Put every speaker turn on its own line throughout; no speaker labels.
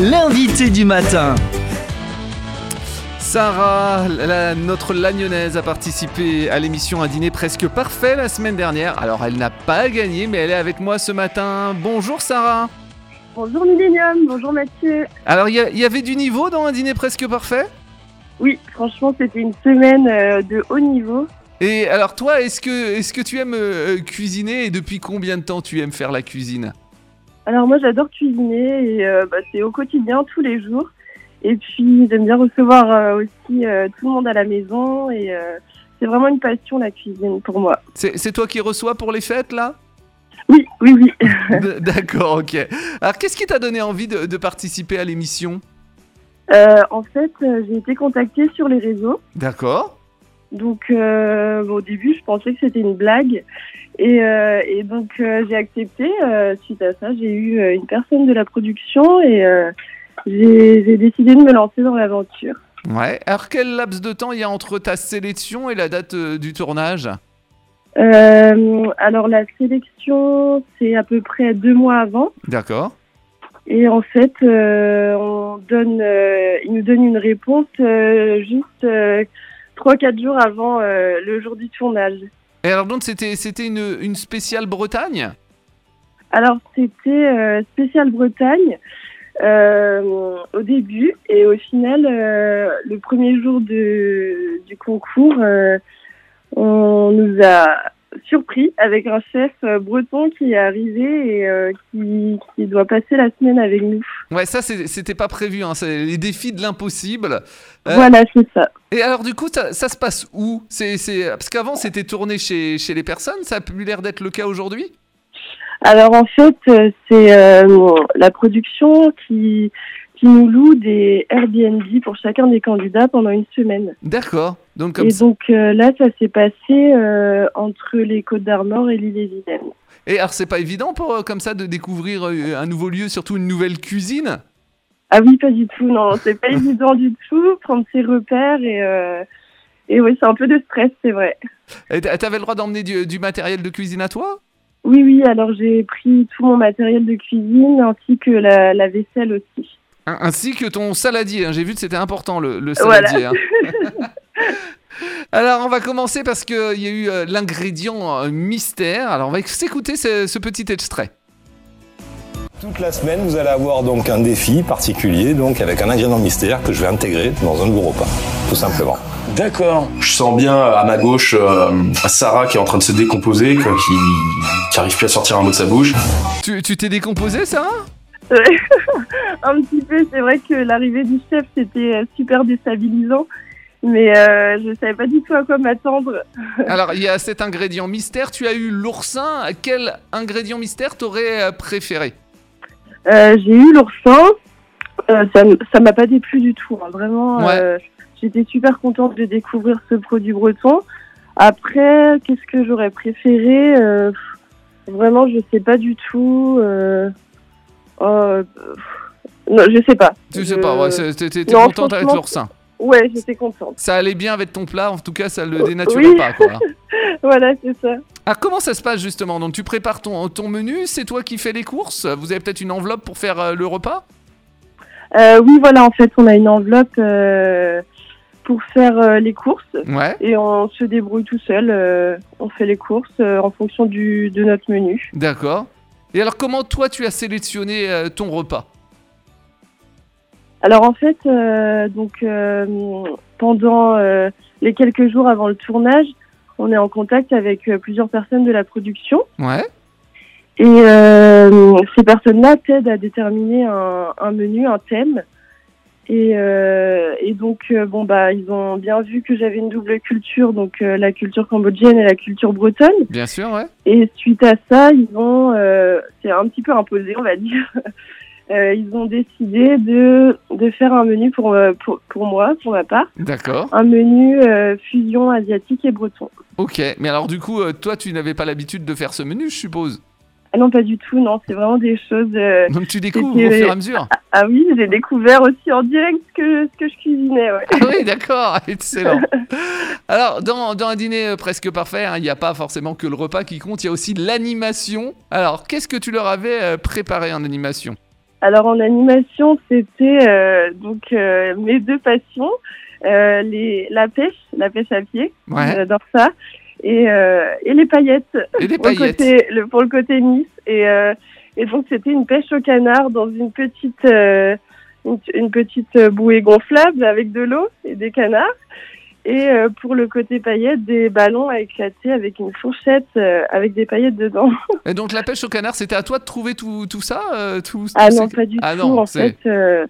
l'invité du matin.
Sarah, la- notre lagnonnaise, a participé à l'émission Un dîner presque parfait la semaine dernière. Alors elle n'a pas gagné, mais elle est avec moi ce matin. Bonjour Sarah.
Bonjour Millennium, bonjour Mathieu.
Alors il y, a- il y avait du niveau dans Un dîner presque parfait
Oui, franchement, c'était une semaine euh, de haut niveau.
Et alors toi, est-ce que, est que tu aimes euh, euh, cuisiner et depuis combien de temps tu aimes faire la cuisine
Alors moi, j'adore cuisiner et euh, bah, c'est au quotidien, tous les jours. Et puis, j'aime bien recevoir euh, aussi euh, tout le monde à la maison et euh, c'est vraiment une passion la cuisine pour moi.
C'est c'est toi qui reçois pour les fêtes là
Oui, oui, oui.
D- D'accord, ok. Alors qu'est-ce qui t'a donné envie de, de participer à l'émission
Euh, en fait, euh, j'ai été contactée sur les réseaux.
D'accord.
Donc euh, bon, au début, je pensais que c'était une blague. Et, euh, et donc euh, j'ai accepté. Euh, suite à ça, j'ai eu euh, une personne de la production et euh, j'ai j'ai décidé de me lancer dans l'aventure.
Ouais. Alors quel laps de temps il y a entre ta sélection et la date euh, du tournage
Euh, alors la sélection, c'est à peu près deux mois avant.
D'accord.
Et en fait, euh, on donne, euh, il nous donne une réponse euh, juste euh, trois quatre jours avant euh, le jour du tournage.
Et alors donc c'était c'était une, une spéciale Bretagne
Alors, c'était euh, spécial Bretagne euh, au début et au final, euh, le premier jour de, du concours, euh, on nous a surpris avec un chef euh, breton qui est arrivé et euh, qui, qui doit passer la semaine avec nous.
Ouais, ça c'est- c'était pas prévu, hein, c'est les défis de l'impossible. Euh.
Voilà, c'est ça.
Et alors du coup, ça, ça se passe où C'est c'est- Parce qu'avant c'était tourné chez, chez les personnes, ça a plus l'air d'être le cas aujourd'hui
Alors en fait, euh, c'est euh, la production qui, qui nous loue des Airbnb pour chacun des candidats pendant une semaine.
D'accord, donc comme
et
ça.
donc euh, là, ça s'est passé euh, entre les Côtes d'Armor et l'île et Vilaine.
Et alors c'est pas évident pour euh, comme ça de découvrir euh, un nouveau lieu, surtout une nouvelle cuisine
Ah oui, pas du tout, non, c'est pas évident du tout, prendre ses repères et, euh, et oui, c'est un peu de stress, c'est vrai.
Et t'a- T'avais le droit d'emmener du, du matériel de cuisine à toi
Oui, oui, alors j'ai pris tout mon matériel de cuisine ainsi que la, la vaisselle aussi.
Hein, Ainsi que ton saladier, hein. j'ai vu que c'était important le, le
Voilà.
saladier. hein. Alors on va commencer parce qu'il y a eu euh, l'ingrédient euh, mystère. Alors on va s'écouter ce- ce petit extrait.
Toute la semaine, vous allez avoir donc un défi particulier, donc avec un ingrédient mystère que je vais intégrer dans un de vos repas, tout simplement.
D'accord. Je sens bien euh, à ma gauche euh, Sarah qui est en train de se décomposer, quoi, qui qui arrive plus à sortir un mot de sa bouche.
Tu tu t'es décomposé ça hein
Ouais. un petit peu, c'est vrai que l'arrivée du chef, c'était euh, super déstabilisant, mais euh, je savais pas du tout à quoi m'attendre.
Alors, il y a cet ingrédient mystère. Tu as eu l'oursin. Quel ingrédient mystère t'aurais euh, préféré
Euh, j'ai eu l'oursin. Euh, ça m- ça m'a pas déplu du tout. hein. Vraiment,
Ouais.
euh, j'étais super contente de découvrir ce produit breton. Après, qu'est-ce que j'aurais préféré Euh, pff, Vraiment, je sais pas du tout. Euh, euh, pff, non, je sais pas.
Tu
Je-
sais pas, ouais, c'est- t'es- t'es t'es
Euh, Non,
contente avec
franchement,
l'oursin.
Ouais, j'étais contente.
Ça allait bien avec ton plat, en tout cas, ça le
Oui.
dénaturait pas. Quoi.
Voilà, c'est ça.
Ah, comment ça se passe justement Donc, tu prépares ton, ton menu, c'est toi qui fais les courses Vous avez peut-être une enveloppe pour faire euh, le repas
Euh, oui, voilà, en fait, on a une enveloppe euh, pour faire euh, les courses.
Ouais,
et on se débrouille tout seul. euh, on fait les courses euh, en fonction du, de notre menu.
d'accord. Et alors, comment toi, tu as sélectionné euh, ton repas
Alors en fait, euh, donc euh, pendant euh, les quelques jours avant le tournage, on est en contact avec euh, plusieurs personnes de la production
Ouais,
et euh, ces personnes-là t'aident à déterminer un, un menu, un thème. Et, euh, et donc euh, bon bah ils ont bien vu que j'avais une double culture, donc euh, la culture cambodgienne et la culture bretonne.
bien sûr, ouais.
Et suite à ça, ils ont, euh, c'est un petit peu imposé, on va dire. Euh, ils ont décidé de, de faire un menu pour, euh, pour, pour moi, pour ma part,
D'accord.
un menu euh, fusion asiatique et breton.
Ok, mais alors, du coup, euh, toi, tu n'avais pas l'habitude de faire ce menu, je suppose.
Ah non, pas du tout, non, c'est vraiment des choses. euh,
Donc, tu découvres au
C'était-
fur et à mesure.
Ah oui, j'ai découvert aussi en direct ce que, ce que je cuisinais. Ouais.
Ah oui, d'accord, excellent. Alors, dans, dans un dîner euh, presque parfait, hein, il n'y a pas forcément que le repas qui compte, il y a aussi l'animation. Alors, qu'est-ce que tu leur avais euh, préparé en animation
Alors en animation, c'était euh, donc euh, mes deux passions, euh, les, la pêche, la pêche à pied,
Ouais.
j'adore ça, et, euh, et les paillettes,
Et les
pour, le
paillettes.
côté, le, pour le côté Nice. Et, euh, et donc c'était une pêche au canard dans une petite, euh, une, une petite bouée gonflable avec de l'eau et des canards. Et euh, pour le côté paillettes, des ballons à éclater avec une fourchette euh, avec des paillettes dedans.
Et donc la pêche au canard, c'était à toi de trouver tout, tout ça euh, tout,
Ah
tout
non,
ces-
pas du
Ah
tout.
non,
en
c'est-
fait, euh,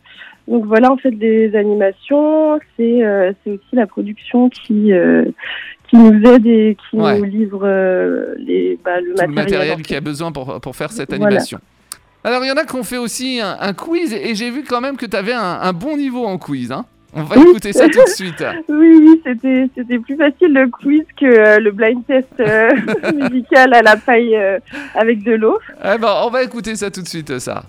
donc voilà, en fait, les animations, c'est euh, c'est aussi la production qui euh, qui nous aide et qui
Ouais.
nous livre euh, les bah, le
tout
matériel.
le matériel
en
qu'il y a besoin pour, pour faire cette
Voilà.
animation. Alors, il y en a qui ont fait aussi un, un quiz, et j'ai vu quand même que tu avais un, un bon niveau en quiz. hein. On va
Oui.
écouter ça tout de suite.
fait. Oui, oui, c'était c'était plus facile le quiz que euh, le blind test euh, musical à la paille euh, avec de l'eau.
Eh ben, on va écouter ça tout de suite, ça.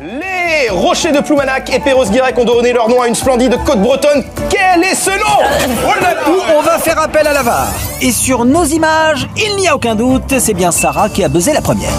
Les rochers de Ploumanac et Perros-Guirec ont donné leur nom à une splendide côte bretonne. Quel est ce nom Oh là là
Où on va faire appel à l'avare. Et sur nos images, il n'y a aucun doute, c'est bien Sarah qui a buzzé la première.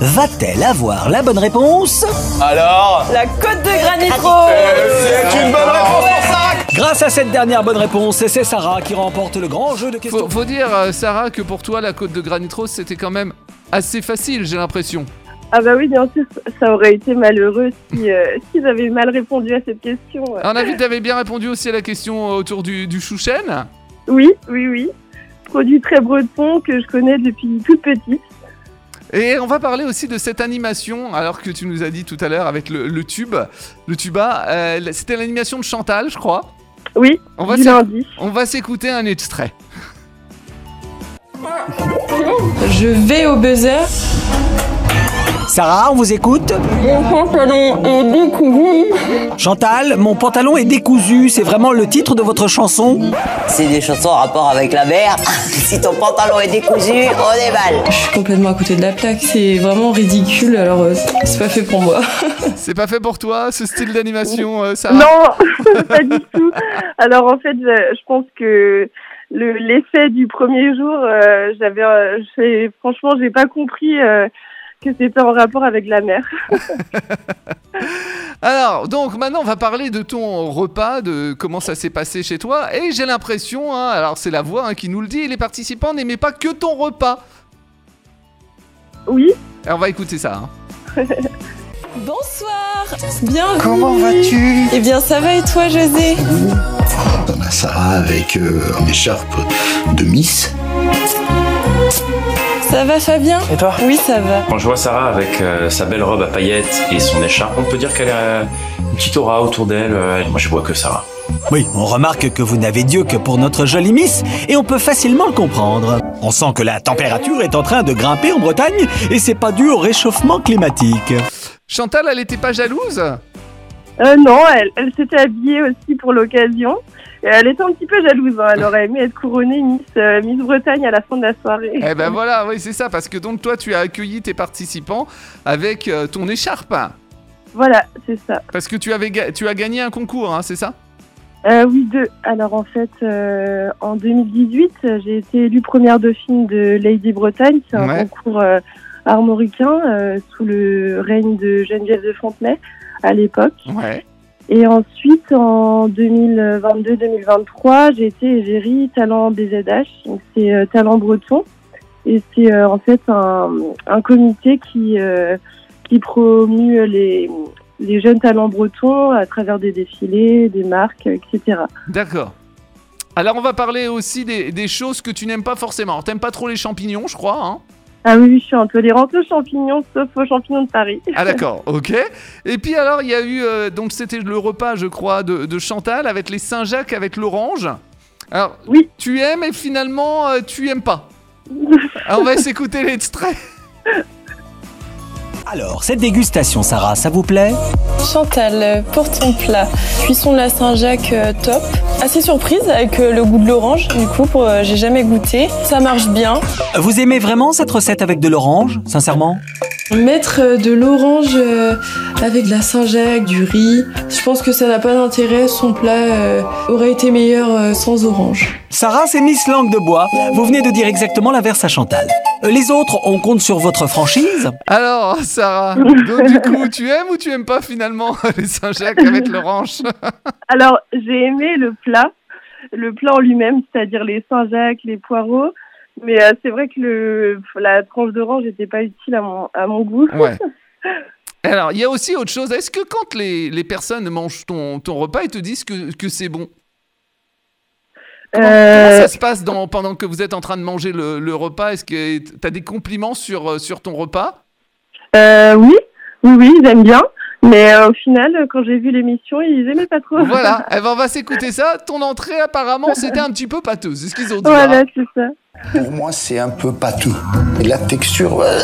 Va-t-elle avoir la bonne réponse
Alors
La côte de granit rose
C'est une bonne réponse pour ça
Grâce à cette dernière bonne réponse, et c'est Sarah qui remporte le grand jeu de questions.
Faut, faut dire, euh, Sarah, que pour toi, la côte de Granit Rose, c'était quand même assez facile, j'ai l'impression.
Ah bah oui, bien sûr, ça aurait été malheureux si euh, si j'avais mal répondu à cette question.
À mon avis, t'avais bien répondu aussi à la question euh, autour du, du chouchen.
Oui, oui, oui. Produit très breton que je connais depuis toute petite.
Et on va parler aussi de cette animation, alors que tu nous as dit tout à l'heure avec le, le tube, le tuba. euh, la- c'était l'animation de Chantal, je crois.
Oui,
On va
du
s'é-
lundi.
on va s'écouter un extrait.
Je vais au buzzer.
Sarah, on vous écoute
Mon pantalon est découvert.
Chantal, mon pantalon est décousu, c'est vraiment le titre de votre chanson
C'est des chansons en rapport avec la mer. si ton pantalon est décousu, on est mal.
Je suis complètement à côté de la plaque, c'est vraiment ridicule, alors euh, c'est pas fait pour moi.
C'est pas fait pour toi, ce style d'animation, euh, Sarah
Non, pas du tout. Alors en fait, je, je pense que le l'effet du premier jour, euh, j'avais, euh, j'ai- franchement, j'ai pas compris euh, que c'était en rapport avec la mer.
Alors, donc maintenant, on va parler de ton repas, de comment ça s'est passé chez toi. Et j'ai l'impression, hein, alors c'est la voix hein, qui nous le dit, les participants n'aimaient pas que ton repas.
Oui,
Et on va écouter ça. hein.
Bonsoir Bienvenue Comment vas-tu Eh bien ça va et toi José
On a Sarah avec euh, une écharpe de Miss.
Ça va Fabien
Et toi
Oui ça va.
Quand je vois Sarah avec euh, sa belle robe à paillettes et son écharpe, on peut dire qu'elle a une petite aura autour d'elle. euh, moi, je vois que Sarah.
Oui, on remarque que vous n'avez Dieu que pour notre jolie Miss, et on peut facilement le comprendre. On sent que la température est en train de grimper en Bretagne, et c'est pas dû au réchauffement climatique.
Chantal, elle était pas jalouse
euh, non, elle, elle s'était habillée aussi pour l'occasion. Et Elle était un petit peu jalouse. hein. Elle aurait aimé être couronnée Miss, euh, Miss Bretagne à la fin de la soirée.
Eh ben voilà, oui, c'est ça, parce que donc toi, tu as accueilli tes participants avec euh, ton écharpe.
Voilà, c'est ça.
Parce que tu, avais ga- tu as gagné un concours, hein, c'est ça
Euh, oui, deux. Alors en fait, euh, en 2018, euh, j'ai été élue première dauphine de Lady Bretagne. C'est un
Ouais.
concours euh, armoricain euh, sous le règne de Geneviève de Fontenay à l'époque.
Ouais.
Et ensuite, en 2022-2023, j'ai été égérie talent BZH. Donc c'est euh, talent breton. Et c'est euh, en fait un, un comité qui, euh, qui promue les, les jeunes talents bretons à travers des défilés, des marques, etc.
D'accord. Alors, on va parler aussi des, des choses que tu n'aimes pas forcément. Alors, T'aimes pas trop les champignons, je crois, hein
Ah oui, je suis intolérante aux champignons, sauf aux champignons de Paris.
Ah d'accord, ok. Et puis alors, il y a eu, euh, donc c'était le repas, je crois, de, de Chantal avec les Saint-Jacques avec l'orange. Alors,
Oui.
tu aimes et finalement, euh, tu aimes pas. Alors, on va s'écouter l'extrait.
Alors, cette dégustation, Sarah, ça vous plaît
Chantal, euh, pour ton plat, cuisson de la Saint-Jacques euh, top. Assez surprise avec euh, le goût de l'orange, du coup pour, euh, j'ai jamais goûté. Ça marche bien.
Vous aimez vraiment cette recette avec de l'orange, sincèrement
Mettre euh, de l'orange euh, avec de la Saint-Jacques, du riz, je pense que ça n'a pas d'intérêt. Son plat euh, aurait été meilleur euh, sans orange.
Sarah, c'est Miss Langue de Bois. Vous venez de dire exactement l'inverse à Chantal. Les autres, on compte sur votre franchise
Alors, Sarah, donc du coup, tu aimes ou tu aimes pas finalement les Saint-Jacques avec l'orange
Alors, j'ai aimé le plat, le plat en lui-même, c'est-à-dire les Saint-Jacques, les poireaux. Mais euh, c'est vrai que le, la tranche d'orange n'était pas utile à mon, à mon goût.
Ouais. Alors, il y a aussi autre chose. Est-ce que quand les, les personnes mangent ton, ton repas, ils te disent que, que c'est bon Comment,
Euh,
comment ça se passe dans- pendant que vous êtes en train de manger le, le repas Est-ce que tu as des compliments sur, euh, sur ton repas
Euh, oui, oui, oui, j'aime bien. Mais euh, au final, quand j'ai vu l'émission, ils aimaient pas trop.
Voilà, Eh ben, on va s'écouter ça. Ton entrée, apparemment, c'était un petit peu pâteuse. C'est ce qu'ils ont dit.
voilà,
hein.
c'est ça.
Pour moi, c'est un peu pâteux. Et la texture, euh,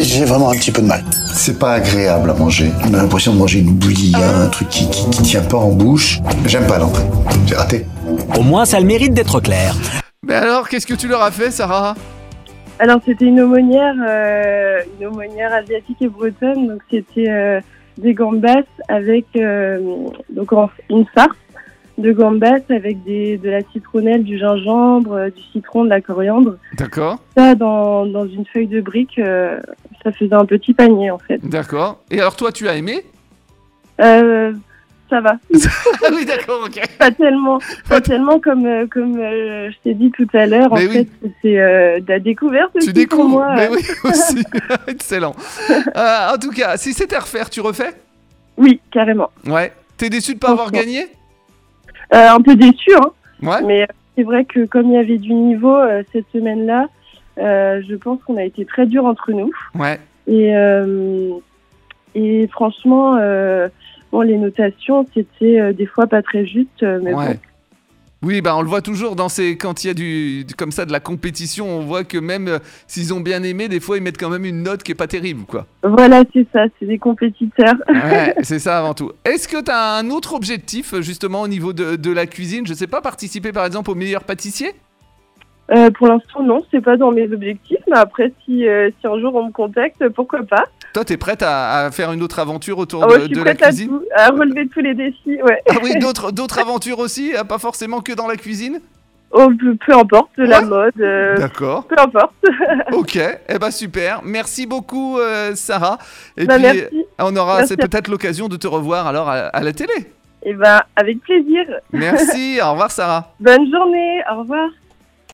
j'ai vraiment un petit peu de mal. C'est pas agréable à manger. On a l'impression de manger une bouillie, hein, un truc qui, qui, qui tient pas en bouche. J'aime pas l'entrée. J'ai raté.
Au moins, ça a le mérite d'être clair.
Mais alors, qu'est-ce que tu leur as fait, Sarah
Alors, c'était une aumônière, euh, une aumônière asiatique et bretonne. Donc, c'était euh, des gambas avec euh, donc en- une farce de gambas avec des, de la citronnelle, du gingembre, euh, du citron, de la coriandre.
D'accord,
Ça, dans, dans une feuille de brique, euh, ça faisait un petit panier, en fait.
d'accord. Et alors, toi, tu as aimé
Euh, ça va.
Ah oui, d'accord, ok.
Pas tellement, pas tellement comme, euh, comme euh, je t'ai dit tout à l'heure. En
Mais oui.
fait, c'est euh, de la découverte
Tu
aussi pour
découvres.
moi.
Mais oui, aussi. Excellent. Euh, en tout cas, si c'était à refaire, tu refais
Oui, carrément.
Ouais. T'es déçu de pas avoir
Franchement.
gagné
Euh, un peu déçu, hein,
Ouais.
mais euh, c'est vrai que comme il y avait du niveau euh, cette semaine-là, euh, je pense qu'on a été très dur entre nous.
Ouais.
Et, euh, et franchement, euh, bon, les notations, c'était euh, des fois pas très juste. euh, mais
Ouais.
bon.
Oui, bah on le voit toujours dans ces quand il y a du, du- comme ça de la compétition, on voit que même euh, s'ils ont bien aimé, des fois ils mettent quand même une note qui est pas terrible, quoi.
Voilà, c'est ça, c'est des compétiteurs.
Ouais, c'est ça avant tout. Est-ce que t'as un autre objectif euh, justement au niveau de, de la cuisine Je sais pas, participer par exemple au meilleur pâtissier
Euh, pour l'instant, non, c'est pas dans mes objectifs, mais après, si, euh, si un jour on me contacte, pourquoi pas
Toi, t'es prête à, à faire une autre aventure autour
Ah ouais,
de,
je suis
de la
prête à,
cuisine
tout, à relever tous les défis, ouais.
Ah oui, d'autres d'autres aventures aussi, euh, pas forcément que dans la cuisine.
Oh, peu, peu importe, la
Ouais.
mode, euh,
D'accord.
peu importe.
Ok, eh ben super. Merci beaucoup euh, Sarah. Et
Bah,
puis
merci.
on aura
Merci
Ah, c'est
à-
peut-être l'occasion de te revoir alors à, à la télé.
Et ben, avec plaisir.
Merci, au revoir Sarah.
Bonne journée, au revoir.